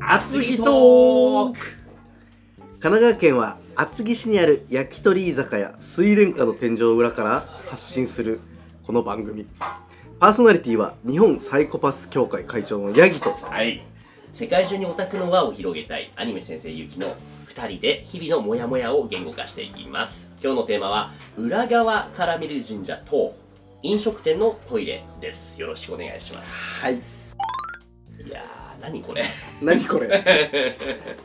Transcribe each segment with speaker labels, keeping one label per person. Speaker 1: 厚木トーク神奈川県は厚木市にある焼き鳥居酒屋水蓮花の天井裏から発信するこの番組パーソナリティは日本サイコパス協会会長のヤギと
Speaker 2: はい世界中にオタクの輪を広げたいアニメ先生ゆきの2人で日々のモヤモヤを言語化していきます今日のテーマは裏側から見る神社と飲食店のトイレですよろしくお願いします
Speaker 1: はい
Speaker 2: いやー何これ
Speaker 1: 何これ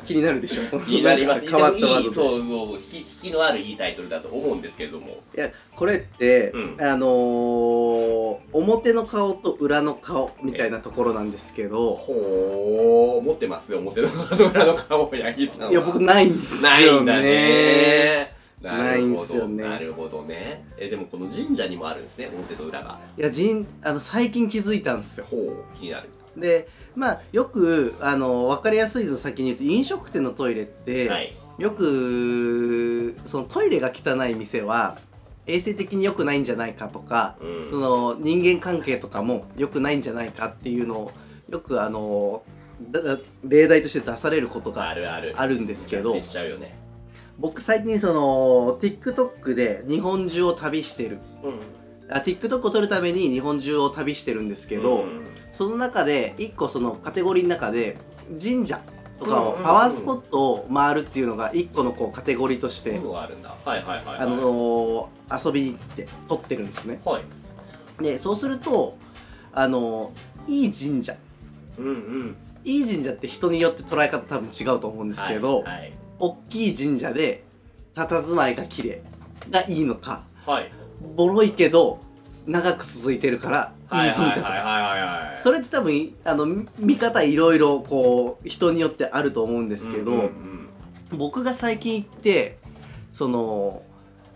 Speaker 1: 気になるでしょ
Speaker 2: 気になります
Speaker 1: んか変わったワ
Speaker 2: でもいい
Speaker 1: ードで
Speaker 2: そうもう引き引きのあるいいタイトルだと思うんですけれども
Speaker 1: いやこれって、
Speaker 2: うん
Speaker 1: あのー表の顔と裏の顔みたいなところなんですけど
Speaker 2: ほー持ってますよ表の裏の顔八木さんはい
Speaker 1: や僕ないんですよ
Speaker 2: な
Speaker 1: ね
Speaker 2: いんだねなる
Speaker 1: ないん
Speaker 2: ほ
Speaker 1: す
Speaker 2: ど
Speaker 1: よね
Speaker 2: なるほどねえでもこの神社にもあるんですね表と裏が
Speaker 1: いやじんあの最近気づいたんですよ
Speaker 2: ほう気になる
Speaker 1: でまあよくあの分かりやすいの先に言うと飲食店のトイレって、
Speaker 2: はい
Speaker 1: よくそのトイレが汚い店は衛生的に良くないんじゃないかとか、
Speaker 2: うん
Speaker 1: その人間関係とかも良くないんじゃないかっていうのをよくあのだ例題として出されること
Speaker 2: あ
Speaker 1: が
Speaker 2: るある
Speaker 1: あ
Speaker 2: る
Speaker 1: るんですけど
Speaker 2: しちゃうよね
Speaker 1: 僕最近その TikTok で日本中を旅してる
Speaker 2: うん
Speaker 1: あ TikTok を撮るために日本中を旅してるんですけど、
Speaker 2: うん
Speaker 1: その中で一個そのカテゴリーの中で神社とか
Speaker 2: うんうん
Speaker 1: を
Speaker 2: うん
Speaker 1: パワースポットを回るっていうのが一個のこうカテゴリーとし
Speaker 2: そうい
Speaker 1: て
Speaker 2: う、のがあるんだはいはいはいはい
Speaker 1: あのー遊びに行って撮ってるんですね
Speaker 2: はい
Speaker 1: でそうするとあのーいい神社
Speaker 2: うんうん
Speaker 1: いい神社って人によって捉え方多分違うと思うんですけど、
Speaker 2: はいはい
Speaker 1: 大きい神社で佇まいが綺麗がいいのか
Speaker 2: はい
Speaker 1: ボロいけど長く続いてるからいい神社と
Speaker 2: はい
Speaker 1: か
Speaker 2: はいはいはいはい
Speaker 1: それって多分あのみ見方いろいろこう人によってあると思うんですけど、
Speaker 2: うんうん
Speaker 1: 僕が最近行ってその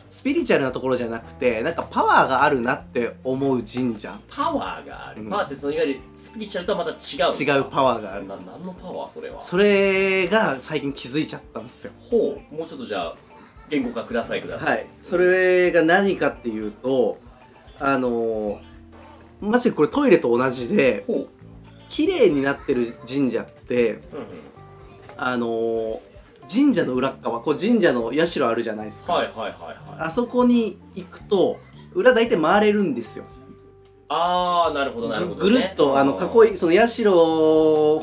Speaker 1: スピリチュアルなところじゃなくてなんかパワーがあるなって思う神社
Speaker 2: パワーがあ
Speaker 1: う
Speaker 2: る
Speaker 1: ん
Speaker 2: パワーってそのいわゆるスピリチュアルとはまた違う
Speaker 1: 違うパワーがある
Speaker 2: な何のパワーそれは
Speaker 1: それが最近気づいちゃったんですよ
Speaker 2: ほうもうちょっとじゃあ言語化くださいくださ
Speaker 1: は
Speaker 2: い
Speaker 1: いそれが何かっていうとあのマジでこれトイレと同じで
Speaker 2: ほ
Speaker 1: 綺麗になってる神社って
Speaker 2: う、うんうん、
Speaker 1: あの神社の裏っ側こう神社の社あるじゃないですか、
Speaker 2: はいはいはいはい
Speaker 1: あそこに行くと裏大体回れるんですよ
Speaker 2: ああなるほどなる
Speaker 1: ぐ
Speaker 2: ほど、
Speaker 1: ぐ
Speaker 2: ね、
Speaker 1: るっとあの囲いその社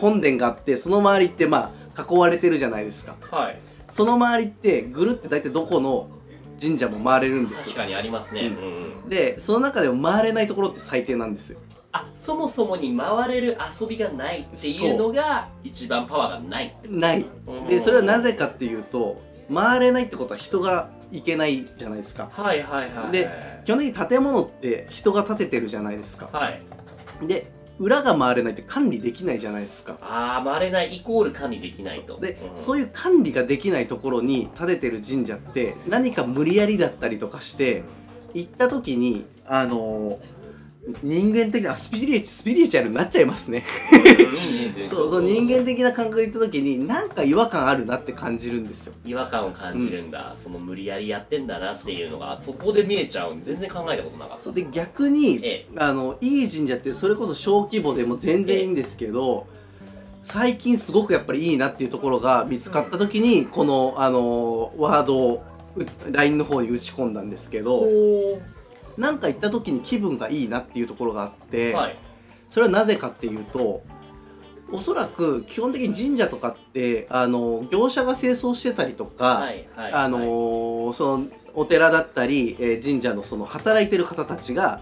Speaker 1: 本殿があってその周りってまあ囲われてるじゃないですか
Speaker 2: はい
Speaker 1: その周りってぐるって大体どこの神社も回れるんです
Speaker 2: 確
Speaker 1: よ
Speaker 2: かにありますね、
Speaker 1: うん
Speaker 2: うんうん
Speaker 1: でその中でも回れないところって最低なんですよ
Speaker 2: あそもそもに回れる遊びがないっていうのが一番パワーがない
Speaker 1: ないでそれはなぜかっていうと回れないってことは人が行けないじゃないですか
Speaker 2: はいはいはい
Speaker 1: で基本的に建物って人が建ててるじゃないですか
Speaker 2: はい
Speaker 1: で裏が回れないって管理できないじゃないですか
Speaker 2: ああ回れないイコール管理できないと
Speaker 1: で、そう
Speaker 2: い
Speaker 1: いう管理ができないところに建ててる神社って何か無理やりだったりとかして行った時にあのー人間的なスピリスピリチュアルになっちゃいますね
Speaker 2: うんいいですね
Speaker 1: そうそう人間的な感覚で行った時になんか違和感あるなって感じるんですよ
Speaker 2: 違和感を感じるんだ、その無理やりやってんだなっていうのがそこで見えちゃうんで全然考えたことなかった
Speaker 1: そうで逆に、
Speaker 2: え
Speaker 1: あのいい神社ってそれこそ小規模でも全然いいんですけど、最近すごくやっぱりいいなっていうところが見つかった時に、このあのワードをう LINE の方に打ち込んだんですけど、
Speaker 2: ほ
Speaker 1: なんか行った時に気分がいいなっていうところがあって、
Speaker 2: うはい
Speaker 1: それはなぜかっていうとおそらく基本的に神社とかってあの業者が清掃してたりとか、
Speaker 2: はいはい
Speaker 1: あのーそのお寺だったり、えー神社のその働いてる方たちが、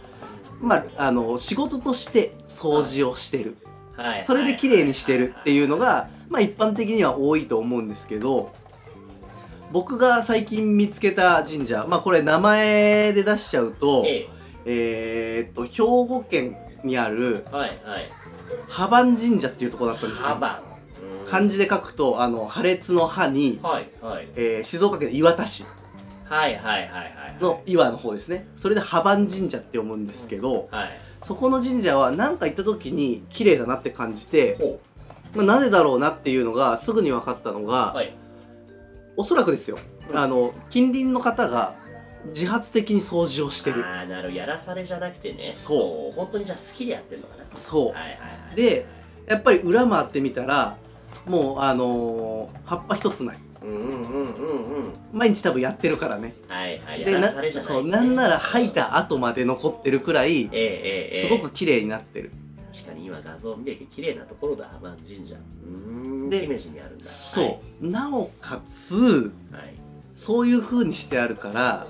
Speaker 1: まあ、あの仕事として掃除をしてる、
Speaker 2: はい
Speaker 1: それで綺麗にしてるって
Speaker 2: う
Speaker 1: いうのが、まあ、一般的には多いと思うんですけど僕が最近見つけた神社、まあ、これ名前で出しちゃうと。
Speaker 2: え
Speaker 1: えーっと兵庫県にある
Speaker 2: えはいはい
Speaker 1: ハバン神社っていうところだったんです
Speaker 2: ハ
Speaker 1: よ
Speaker 2: バ
Speaker 1: 漢字で書くとあの破裂の歯に、
Speaker 2: はいはい
Speaker 1: えー静岡県の磐田市
Speaker 2: はいはいはいはい
Speaker 1: の岩の方ですねそれでハバン神社って読むんですけど
Speaker 2: はい
Speaker 1: そこの神社は何か行った時に綺麗だなって感じて、
Speaker 2: ほ
Speaker 1: まあ、なぜだろうなっていうのがすぐに分かったの
Speaker 2: う
Speaker 1: が、
Speaker 2: はい
Speaker 1: おそらくですよ
Speaker 2: うん
Speaker 1: あの近隣の方が自発的に掃除をしてる
Speaker 2: ああなるほどやらされじゃなくてね
Speaker 1: そう
Speaker 2: う本当にじゃあ好きでやってんのかな
Speaker 1: そう
Speaker 2: はいはいはい
Speaker 1: でやっぱり裏回ってみたらもうあのー葉っぱ一つない
Speaker 2: うんうんうんうんうん
Speaker 1: 毎日多分やってるからね
Speaker 2: はいはい
Speaker 1: で
Speaker 2: や
Speaker 1: な
Speaker 2: らされじゃない
Speaker 1: そうなんなら吐いた後まで残ってるくらい
Speaker 2: えええええ
Speaker 1: す
Speaker 2: え
Speaker 1: ごく綺麗になってる
Speaker 2: 確かに今画像を見て綺麗なところだ浜神社うーん
Speaker 1: で
Speaker 2: 姫路にあるんだ
Speaker 1: そうなおかつ
Speaker 2: はい、はい
Speaker 1: そういう風にしてあるから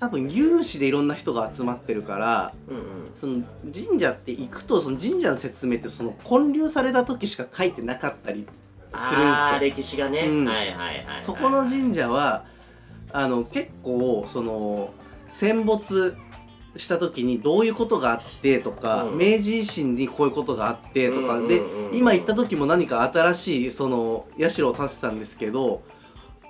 Speaker 1: 多分有志でいろんな人が集まってるから
Speaker 2: うんうん
Speaker 1: その神社って行くとその神社の説明ってその建立された時しか書いてなかったりするん
Speaker 2: あー
Speaker 1: ですよ
Speaker 2: 歴史がね、
Speaker 1: うん
Speaker 2: はいはいはいはい
Speaker 1: そこの神社はあの結構その戦没した時にどういうことがあってとか、
Speaker 2: うん
Speaker 1: 明治維新にこういうことがあってとか、
Speaker 2: うんうんうん
Speaker 1: で今行った時も何か新しいその社を建てたんですけど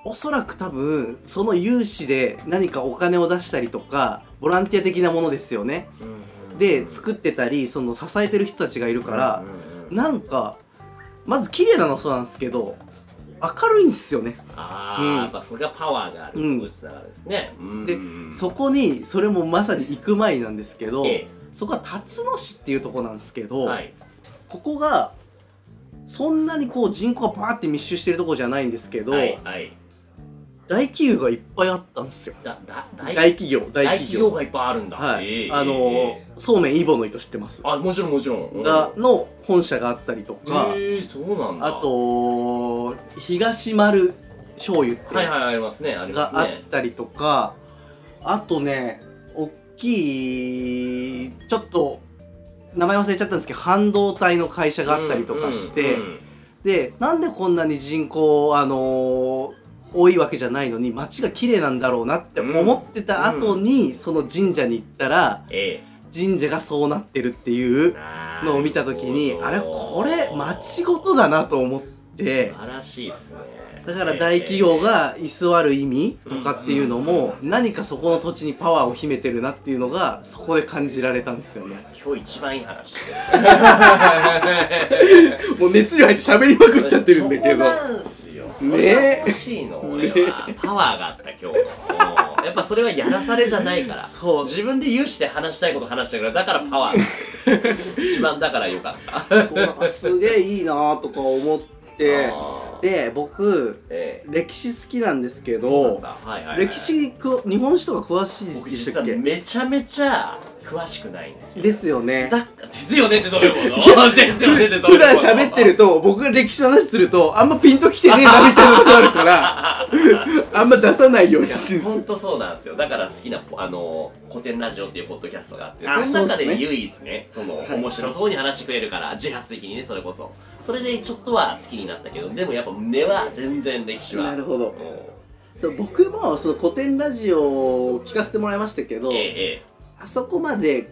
Speaker 1: おそらく多分その有志で何かお金を出したりとかボランティア的なものですよね。
Speaker 2: うんうんうん
Speaker 1: で作ってたりその支えてる人たちがいるから
Speaker 2: う、んうん
Speaker 1: なんかまず綺麗なのはそうなんですけど明るいんですよね。
Speaker 2: ああ、
Speaker 1: うん
Speaker 2: やっぱそれがパワーがあるところにつながるんですね、うん、
Speaker 1: で
Speaker 2: うん
Speaker 1: そこにそれもまさに行く前なんですけど、
Speaker 2: え
Speaker 1: そこは辰野市っていうとこなんですけ
Speaker 2: え
Speaker 1: ど、
Speaker 2: はい
Speaker 1: ここがそんなにこう人口がバーって密集してるとこじゃないんですけど、
Speaker 2: はいはい
Speaker 1: 大企業がいっぱいあったんですよ
Speaker 2: だだ
Speaker 1: 大
Speaker 2: 大
Speaker 1: 企業大
Speaker 2: 大
Speaker 1: 企
Speaker 2: 企業
Speaker 1: 業
Speaker 2: がいっぱいあるんだ、
Speaker 1: はい、
Speaker 2: ええ
Speaker 1: あのー
Speaker 2: ええ
Speaker 1: そうめんイボの糸知ってます
Speaker 2: あもちろんもちろんうん
Speaker 1: がの本社があったりとか、
Speaker 2: ええそうなんだ
Speaker 1: あと東丸醤油って、
Speaker 2: はいはいありますねありま
Speaker 1: が
Speaker 2: す
Speaker 1: あ
Speaker 2: ね
Speaker 1: ったりとか、あとね、大きい、ちょっと、名前忘れちゃったんですけど、半導体の会社があったりとかして、
Speaker 2: うんうんうん
Speaker 1: で、なんでこんなに人口、あのー多いわけじゃないのに、街が綺麗なんだろうなって思ってた後に、その神社に行ったら、
Speaker 2: え
Speaker 1: 神社がそうなってるっていう
Speaker 2: えなるほど
Speaker 1: のを見た時に、あれ、これ、街ごとだなと思って
Speaker 2: 素、晴らしいですね
Speaker 1: だから大企業が居座る意味とかっていうのも何かそこの土地にパワーを秘めてるなっていうのがそこで感じられたんですよね
Speaker 2: ええ今日一番いい話してる
Speaker 1: もう熱量入って喋りまくっちゃってるんだけど
Speaker 2: そこなんすよそ
Speaker 1: ね
Speaker 2: れが欲しいの俺はパワーがあった今日のうんやっぱそれはやらされじゃないから
Speaker 1: そう
Speaker 2: 自分で有志で話したいこと話したからだからパワーが ある一番だからよかった
Speaker 1: そうすげえいいなとか思って
Speaker 2: あー
Speaker 1: で僕
Speaker 2: ええ
Speaker 1: 歴史好きなんですけ
Speaker 2: そう
Speaker 1: ど
Speaker 2: なんだはいはいはい
Speaker 1: 歴史く日本史とか詳しい
Speaker 2: 僕
Speaker 1: でし
Speaker 2: 実
Speaker 1: たっ
Speaker 2: は
Speaker 1: け
Speaker 2: めちゃめちゃ詳しくないんですよ
Speaker 1: ですよね
Speaker 2: だですよねってどういうこと ですよねってどう
Speaker 1: 普
Speaker 2: いうこと
Speaker 1: 段喋ってると僕が歴史の話するとあんまピンときてねえなみたいなことあるから あんま出さないように
Speaker 2: いや
Speaker 1: してるんです
Speaker 2: 本当そうなんですよだから好きなポあのー古典ラジオっていうポッドキャストがあって
Speaker 1: あ
Speaker 2: その中
Speaker 1: そうっす
Speaker 2: で
Speaker 1: ね
Speaker 2: 唯一ねその
Speaker 1: はい
Speaker 2: 面白そうに話してくれるから自発的にねそれこそそれでちょっとは好きになったけどでもやっぱ目は全然歴史は
Speaker 1: なるほど
Speaker 2: も
Speaker 1: そう僕もその古典ラジオを聞かせてもらいましたけど、
Speaker 2: うえええ
Speaker 1: あそこまで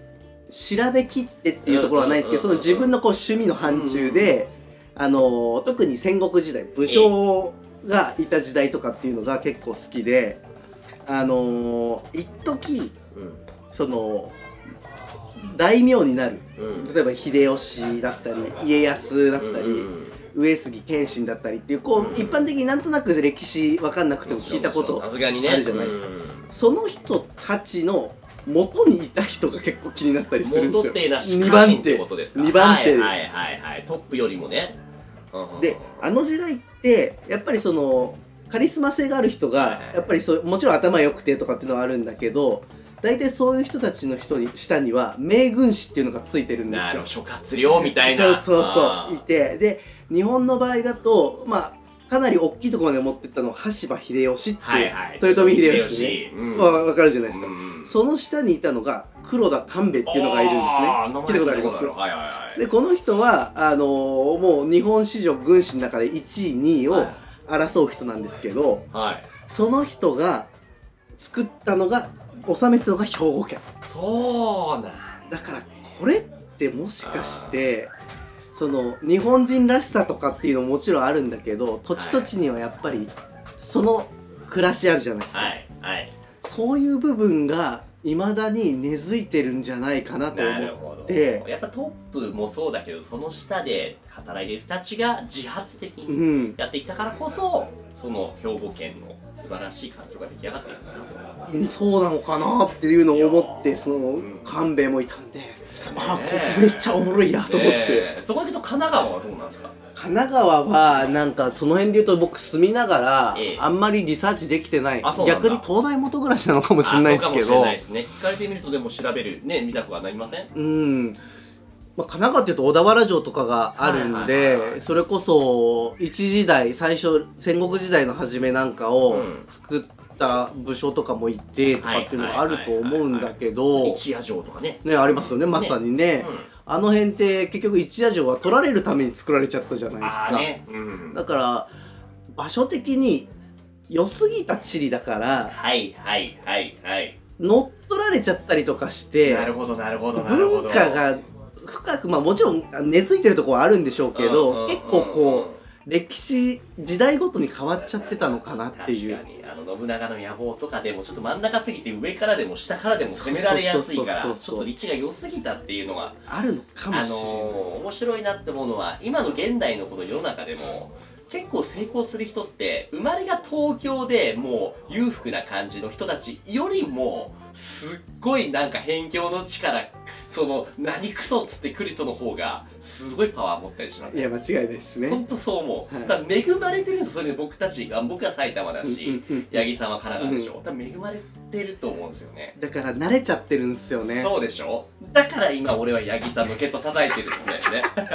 Speaker 1: 調べきってっていうところはないんですけど、
Speaker 2: うんうんうん
Speaker 1: その自分のこう趣味の範疇で、あのー特に戦国時代武将がいた時代とかっていうのが結構好きであのー一時
Speaker 2: えうん
Speaker 1: その大名になる
Speaker 2: うん
Speaker 1: 例えば秀吉だったり家康だったり、
Speaker 2: うんうん
Speaker 1: 上杉謙信だったりっていうこう、
Speaker 2: うん
Speaker 1: 一般的になんとなく歴史わかんなくても聞いたこと
Speaker 2: さすがにね
Speaker 1: あるじゃないですか
Speaker 2: うん
Speaker 1: その人たちの元にいた人が結構気になったりするんです
Speaker 2: 元
Speaker 1: よ。
Speaker 2: ってなし
Speaker 1: 二
Speaker 2: 家
Speaker 1: 番手
Speaker 2: 臣ってことですか
Speaker 1: 二番手
Speaker 2: はいはいはいはいトップよりもねうんうん
Speaker 1: であの時代ってやっぱりそのカリスマ性がある人
Speaker 2: はい
Speaker 1: が
Speaker 2: はい
Speaker 1: やっぱりそうもちろん頭良くてとかっていうのはあるんだけど大体そういう人たちの人に下には名軍師っていうのがついてるんで
Speaker 2: な
Speaker 1: す
Speaker 2: る
Speaker 1: よ。
Speaker 2: 諸葛亮みたいな
Speaker 1: そうそう
Speaker 2: あ
Speaker 1: そうい
Speaker 2: ー
Speaker 1: てで日本の場合だとまあかなり大きいところまで持ってったのは羽柴秀吉って、
Speaker 2: はいはい
Speaker 1: 豊臣秀吉ね
Speaker 2: うん
Speaker 1: まあ、わかるじゃないですか。
Speaker 2: うん
Speaker 1: その下にいたのが黒田官兵衛っていうのがいるんですね。
Speaker 2: あー名前
Speaker 1: 聞いたことあります
Speaker 2: 聞いたことあるはいはいはい。
Speaker 1: でこの人はあのーもう日本史上軍師の中で1位2位を争う人なんですけど
Speaker 2: はい。
Speaker 1: その人が作ったのが治めてたのが兵庫県
Speaker 2: そうなん。
Speaker 1: だからこれってもしかしてその日本人らしさとかっていうのももちろんあるんだけど土地土地にはやっぱりその暮らしあるじゃないですか、
Speaker 2: はいはい。
Speaker 1: そういう部分がいまだに根付いてるんじゃないかなと
Speaker 2: なる
Speaker 1: 思う
Speaker 2: ほ
Speaker 1: で
Speaker 2: ど。やっぱトップもそうだけど、その下で働いてる人たちが自発的
Speaker 1: う
Speaker 2: に
Speaker 1: ん
Speaker 2: やってきたからこそ、その兵庫県の素晴らしい環境が出来上がってるんだなと。
Speaker 1: そうなのかなっていうのを思っ
Speaker 2: い
Speaker 1: て
Speaker 2: やー
Speaker 1: その
Speaker 2: うん
Speaker 1: 官兵衛もいたんで
Speaker 2: ですね
Speaker 1: あここめっちゃおもろいやと思って、
Speaker 2: ええそこだけど神奈川はどうなんですか
Speaker 1: 神奈川はなんかその辺で言うと僕住みながら
Speaker 2: ええ
Speaker 1: あんまりリサーチできてない、
Speaker 2: あそうなんだ
Speaker 1: 逆に東大元暮らしなのかもしれないですけ
Speaker 2: あそうかもしれ
Speaker 1: ど
Speaker 2: ないですね聞かれてみるとでも調べるね見たくはなりません
Speaker 1: うん、まあ、神奈川っていうと小田原城とかがあるん
Speaker 2: はいは
Speaker 1: で、
Speaker 2: いはいはい
Speaker 1: それこそ一時代最初戦国時代の初めなんかを
Speaker 2: うん
Speaker 1: 作った武将とかもいてとかっていうのがあると思うんだけど
Speaker 2: 一夜城とかね
Speaker 1: ねありますよねまさにね
Speaker 2: うん
Speaker 1: あの辺って結局一夜城は取られるために作られちゃったじゃないです
Speaker 2: あ
Speaker 1: か。
Speaker 2: あねうん
Speaker 1: だから場所的に良すぎた地理だから
Speaker 2: はいはいはいはい
Speaker 1: 乗っ取られちゃったりとかして
Speaker 2: なるほどなるほどなるほど
Speaker 1: 文化が深くまあもちろん根付いてるとこはあるんでしょうけ
Speaker 2: うんうんう
Speaker 1: ど
Speaker 2: ん
Speaker 1: 結構こう歴史時代ごとに変わっちゃってたのかなってい
Speaker 2: 確
Speaker 1: う
Speaker 2: かにあの信長の野望とかでもちょっと真ん中すぎて上からでも下からでも攻められやすいからち
Speaker 1: そうそうそ
Speaker 2: ょ
Speaker 1: うそう
Speaker 2: っと立地が良すぎたっていうのは
Speaker 1: あるのか
Speaker 2: あ
Speaker 1: もしれな
Speaker 2: の
Speaker 1: い、
Speaker 2: ー面白いなって思うのは今の現代のこの世の中でも結構成功する人って生まれが東京でもう裕福な感じの人たちよりもすっごいなんか辺境の地からその何クソっつって来る人の方がすごいパワー持ったりします
Speaker 1: いや間違いないですね。
Speaker 2: 本当そう思う、
Speaker 1: はい
Speaker 2: だから恵まれてるんですそれで僕たちあ僕は埼玉だし、
Speaker 1: うんうんうん
Speaker 2: 八木さんは神奈川でしょ、多分恵まれてると思うんですよね
Speaker 1: だから慣れちゃってるんですよね。
Speaker 2: そうでしょだから今俺は八木さんのケツを叩いてるんだよね
Speaker 1: だか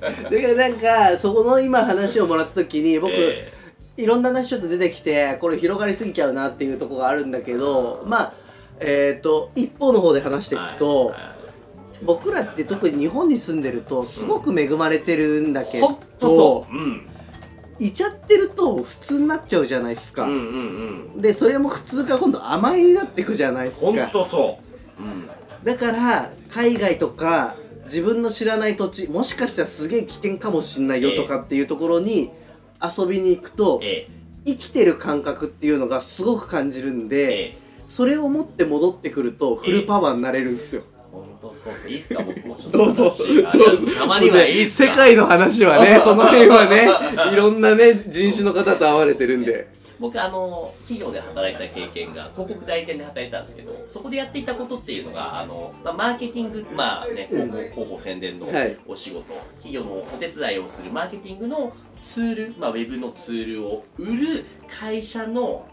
Speaker 1: らなんかそこの今話をもらった時に 僕、
Speaker 2: え
Speaker 1: いろんな話ちょっと出てきてこれ広がりすぎちゃうなっていうところがあるんだけどまあえっ、と一方の方で話してい
Speaker 2: ー
Speaker 1: くと、
Speaker 2: はいは
Speaker 1: 僕らって特に日本に住んでるとすごく恵まれてるんだけ
Speaker 2: い
Speaker 1: ど、
Speaker 2: ほんとそう、うん、
Speaker 1: いちゃってると普通になっちゃうじゃないですか、
Speaker 2: うんうんうん
Speaker 1: でそれも普通が今度甘いになっていくじゃないです
Speaker 2: ほん
Speaker 1: か
Speaker 2: とそう、うん、
Speaker 1: だから海外とか自分の知らない土地もしかしたらすげえ危険かもしんないよとかっていうところに遊びに行くと
Speaker 2: え
Speaker 1: 生きてる感覚っていうのがすごく感じるん
Speaker 2: え
Speaker 1: で、
Speaker 2: え
Speaker 1: それを持って戻ってくるとフルパワーになれるんですよ、
Speaker 2: えほんとそうそういいっすか僕もちょっと
Speaker 1: どうぞ
Speaker 2: 話あ
Speaker 1: どうぞ
Speaker 2: たまにはいいっすか
Speaker 1: 世界の話は ねその辺はねいろんなね人種の方と会われてるんで
Speaker 2: 僕あの企業で働いた経験が広告代理店で働いたんですけどそこでやっていたことっていうのがあの、まあ、マーケティングまあね広報広報宣伝の
Speaker 1: はい
Speaker 2: お仕事、企業のお手伝いをするマーケティングのツール、まあ、ウェブのツールを売る会社の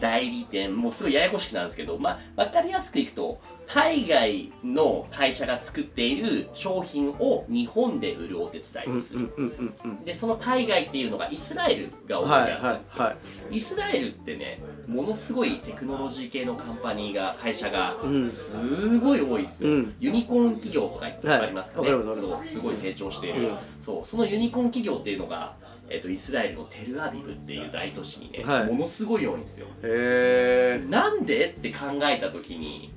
Speaker 2: 代理店もうすごいややこしくなるんですけど、まあ、分かりやすくいくと海外の会社が作っている商品を日本で売るお手
Speaker 1: う
Speaker 2: 伝
Speaker 1: ん
Speaker 2: いうを
Speaker 1: ん
Speaker 2: する、
Speaker 1: うんうんうん
Speaker 2: でその海外っていうのがイスラエルが主に
Speaker 1: はい
Speaker 2: あったん
Speaker 1: は
Speaker 2: ですよ、
Speaker 1: いはい
Speaker 2: イスラエルってねものすごいテクノロジー系のカンパニーが会社が
Speaker 1: うん
Speaker 2: すごい多いですよ、
Speaker 1: うん
Speaker 2: ユニコーン企業とかいっぱいありますかね、
Speaker 1: はいわかりますわ
Speaker 2: そ
Speaker 1: か
Speaker 2: うすごい成長している、
Speaker 1: うん
Speaker 2: そうそのユニコーン企業っていうのが、えっとイスラエルのテルアビブっていう大都市にね、
Speaker 1: はい
Speaker 2: ものすごい多いんですよ
Speaker 1: へえ
Speaker 2: なんでって考えた時に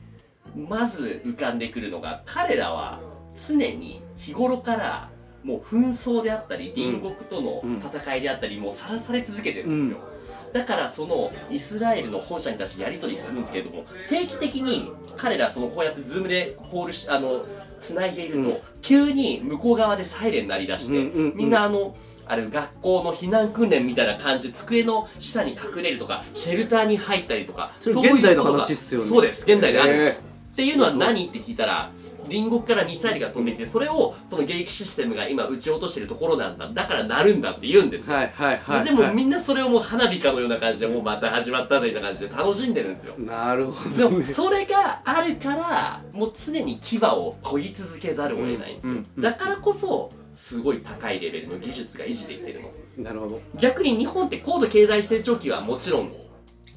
Speaker 2: まず浮かんでくるのが彼らは常に日頃からもう紛争であったり隣国との戦いであったり、もうさらされ続けてるんですよ、だからそのイスラエルの本社に対してやり取りするんですけれども定期的に彼らそのこうやってズームでコールしあの繋いでいると、
Speaker 1: うん
Speaker 2: 急に向こう側でサイレン鳴り出して、
Speaker 1: うんうんうん
Speaker 2: みんなあのあれ学校の避難訓練みたいな感じで机の下に隠れるとかシェルターに入ったりとか
Speaker 1: それ
Speaker 2: ういう
Speaker 1: 現代の
Speaker 2: ことが
Speaker 1: 話っすよね
Speaker 2: そうです現代であるんです、っていうのは
Speaker 1: すごい
Speaker 2: 何って聞いたら隣国からミサイルが飛んできてそれをその迎撃システムが今撃ち落としてるところなんだだから鳴るんだって言うんですよ、
Speaker 1: はいはいはい
Speaker 2: でもみんなそれをもう花火かのような感じでもうまた始まったみたいな感じで楽しんでる んですよ
Speaker 1: なるほ
Speaker 2: で
Speaker 1: ど
Speaker 2: も
Speaker 1: ね
Speaker 2: それがあるからもう常に牙を研ぎ続けざるを得ないんですよ、
Speaker 1: うんうん
Speaker 2: だからこそすごい高いレベルの技術が維持できてるの
Speaker 1: なるほど
Speaker 2: 逆に日本って高度経済成長期はもちろん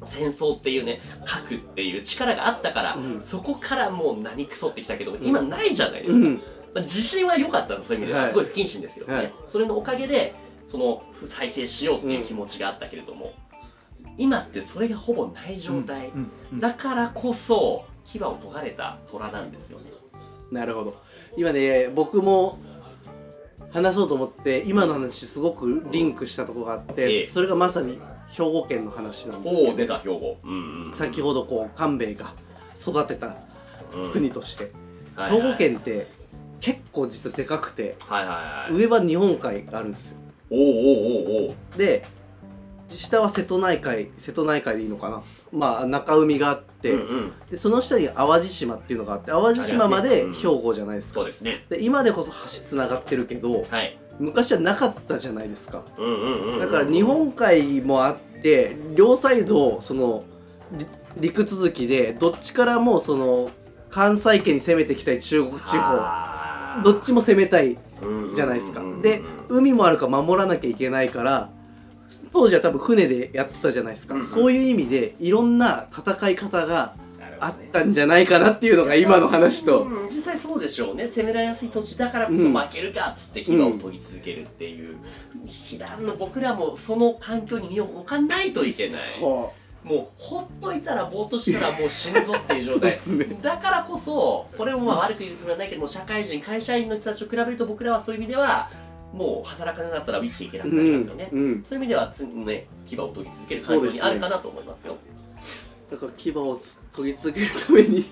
Speaker 2: 戦争っていうね核っていう力があったから、
Speaker 1: うん
Speaker 2: そこからもう何クソってきたけど今ないじゃないで
Speaker 1: う
Speaker 2: すか、
Speaker 1: ん
Speaker 2: まあ、自信は良かったんですそういう意味では、
Speaker 1: はい
Speaker 2: すごい不謹慎ですけどね、
Speaker 1: はい
Speaker 2: それのおかげでその再生しようっていう気持ちがあったけれども、今ってそれがほぼない状態、
Speaker 1: うんうん
Speaker 2: だからこそ牙を研がれた虎なんですよね
Speaker 1: なるほど今ね僕も話そうと思って今の話すごくリンクしたとこがあっ
Speaker 2: え
Speaker 1: て
Speaker 2: え
Speaker 1: それがまさに兵庫県の話なんですけ
Speaker 2: お
Speaker 1: ど
Speaker 2: お出た兵庫うんうん
Speaker 1: 先ほどこう官兵衛が育てた
Speaker 2: うん
Speaker 1: 国として
Speaker 2: はいはい
Speaker 1: 兵庫県って結構実はでかくて
Speaker 2: はいはいはい
Speaker 1: 上は日本海があるんですよ
Speaker 2: おおおおおお
Speaker 1: で下は瀬戸内海瀬戸内海でいいのかなまあ、中海があって、
Speaker 2: うんうん
Speaker 1: でその下に淡路島っていうのがあって淡路島ま
Speaker 2: あり
Speaker 1: で
Speaker 2: ます
Speaker 1: 兵
Speaker 2: ねうん
Speaker 1: 庫じゃないですか、
Speaker 2: そうですね
Speaker 1: で今でこそ橋つながってるけど
Speaker 2: はい
Speaker 1: 昔はなかったじゃないですか
Speaker 2: うんうんうんうん
Speaker 1: だから日本海もあって両サイドそのり陸続きでどっちからもその関西圏に攻めてきたい中国地方
Speaker 2: 方
Speaker 1: どっちも攻めたい
Speaker 2: も
Speaker 1: じゃないですかで海もあるから守らなきゃいけないから当時は多分船でやってたじゃないですか、
Speaker 2: うんうん
Speaker 1: そういう意味でいろんな戦い方があったんじゃないかなっていうのが今の話と
Speaker 2: うん実際そうでしょうね攻められやすい土地だからこそ
Speaker 1: うん
Speaker 2: 負けるかっつって牙を研ぎ続けるっていう、避難の僕らもその環境に身を置かないといけない
Speaker 1: そ
Speaker 2: もうほっといたらぼーっとしたらもう死ぬぞっていう状態
Speaker 1: そうですね
Speaker 2: だからこそこれもまあ悪く言うつもりはないけども社会人会社員の人たちと比べると僕らはそういう意味ではもう働かなかったら生きていけな
Speaker 1: う
Speaker 2: く
Speaker 1: う
Speaker 2: なりますよ
Speaker 1: ん
Speaker 2: ね、
Speaker 1: うん
Speaker 2: そういう意味では常にね牙を研ぎ続ける環境にあるかなと思いますよ
Speaker 1: だから牙を研ぎ続けるために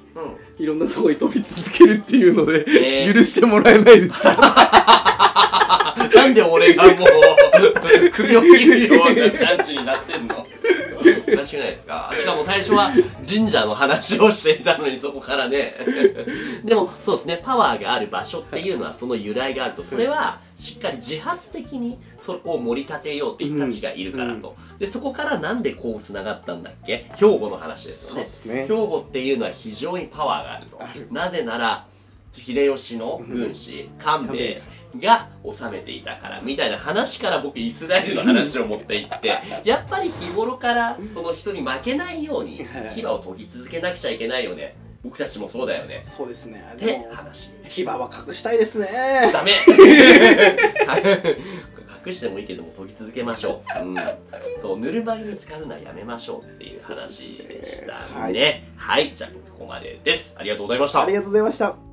Speaker 2: うん
Speaker 1: いろんなとこに飛び続けるっていうので、
Speaker 2: ねえ
Speaker 1: 許してもらえないですよ
Speaker 2: なんで俺がもう、首を切るような感じになってんのおかしくないですかしかも最初は神社の話をしていたのにそこからね。 でもそうですね、パワーがある場所っていうのはその由来があると、それはしっかり自発的にそこを盛り立てようっていう人たちがいるからと。で、そこからなんでこう繋がったんだっけ兵庫の話ですよね。
Speaker 1: すね
Speaker 2: 兵庫っていうのは非常にパワーがあると
Speaker 1: ある
Speaker 2: なぜなら秀吉の軍師官兵衛が治めていたからみたいな話から僕イスラエルの話を持っていってやっぱり日頃からその人に負けないように牙を研ぎ続けなくちゃいけないよね僕たちもそうだよね
Speaker 1: そうですね
Speaker 2: っ
Speaker 1: で
Speaker 2: て
Speaker 1: も
Speaker 2: 話
Speaker 1: 牙は隠したいですね
Speaker 2: ダメ 隠してもいいけども研ぎ続けましょう、うん、そうぬるま湯に浸かるのはやめましょうっていう話でしたねはい、じゃあここまでですありがとうございました
Speaker 1: ありがとうございました